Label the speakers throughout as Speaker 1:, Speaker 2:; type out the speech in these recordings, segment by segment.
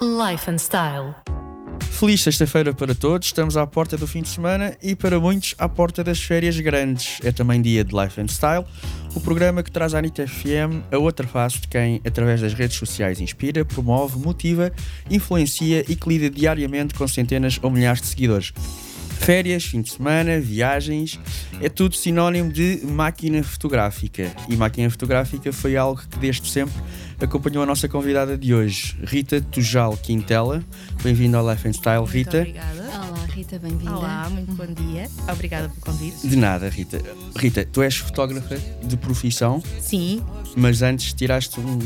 Speaker 1: Life and Style.
Speaker 2: Feliz sexta-feira para todos. Estamos à porta do fim de semana e para muitos à porta das férias grandes. É também dia de Life and Style, o programa que traz à Anitta FM a outra face de quem, através das redes sociais, inspira, promove, motiva, influencia e que lida diariamente com centenas ou milhares de seguidores. Férias, fim de semana, viagens, é tudo sinónimo de máquina fotográfica. E máquina fotográfica foi algo que desde sempre acompanhou a nossa convidada de hoje, Rita Tujal Quintela. Bem-vinda ao Life and Style, Rita.
Speaker 3: Muito obrigada.
Speaker 4: Olá, Rita, bem-vinda.
Speaker 3: Olá, muito bom dia. Obrigada pelo convite.
Speaker 2: De nada, Rita. Rita, tu és fotógrafa de profissão,
Speaker 3: Sim,
Speaker 2: mas antes tiraste um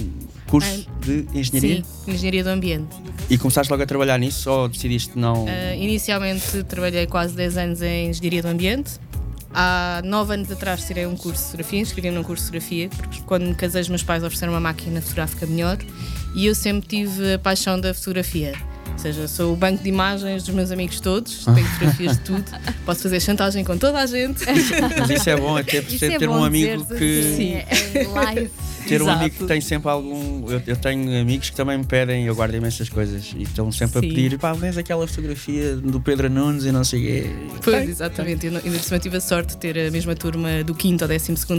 Speaker 2: curso de engenharia
Speaker 3: sim, Engenharia do Ambiente.
Speaker 2: e começaste logo a trabalhar nisso ou decidiste não.
Speaker 3: Ah, inicialmente trabalhei quase 10 anos em Engenharia do Ambiente. Há 9 anos atrás tirei um curso de fotografia, inscrevi-me num curso de fotografia, porque quando me casei, os meus pais ofereceram uma máquina fotográfica melhor e eu sempre tive a paixão da fotografia. Ou seja, sou o banco de imagens dos meus amigos todos, tenho fotografias de tudo, posso fazer chantagem com toda a gente.
Speaker 2: Mas isso é bom, até por
Speaker 4: Isso
Speaker 2: ter,
Speaker 4: é
Speaker 2: ter
Speaker 4: bom
Speaker 2: um amigo
Speaker 4: dizeres
Speaker 2: que.
Speaker 4: assim, é- é live.
Speaker 2: Ter um
Speaker 3: Exato.
Speaker 2: amigo que tem sempre algum. Eu, eu tenho amigos que também me pedem, eu guardo imensas coisas e estão sempre
Speaker 3: Sim.
Speaker 2: a pedir, pá, vês aquela fotografia do Pedro Nunes e não sei o quê.
Speaker 3: Pois, exatamente. Eu, não- ainda por cima tive a sorte de ter a mesma turma do 5 ao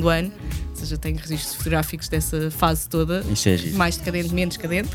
Speaker 3: 12 ano, ou seja, tenho registros fotográficos dessa fase toda,
Speaker 2: Isso é giro.
Speaker 3: mais decadente, menos decadente.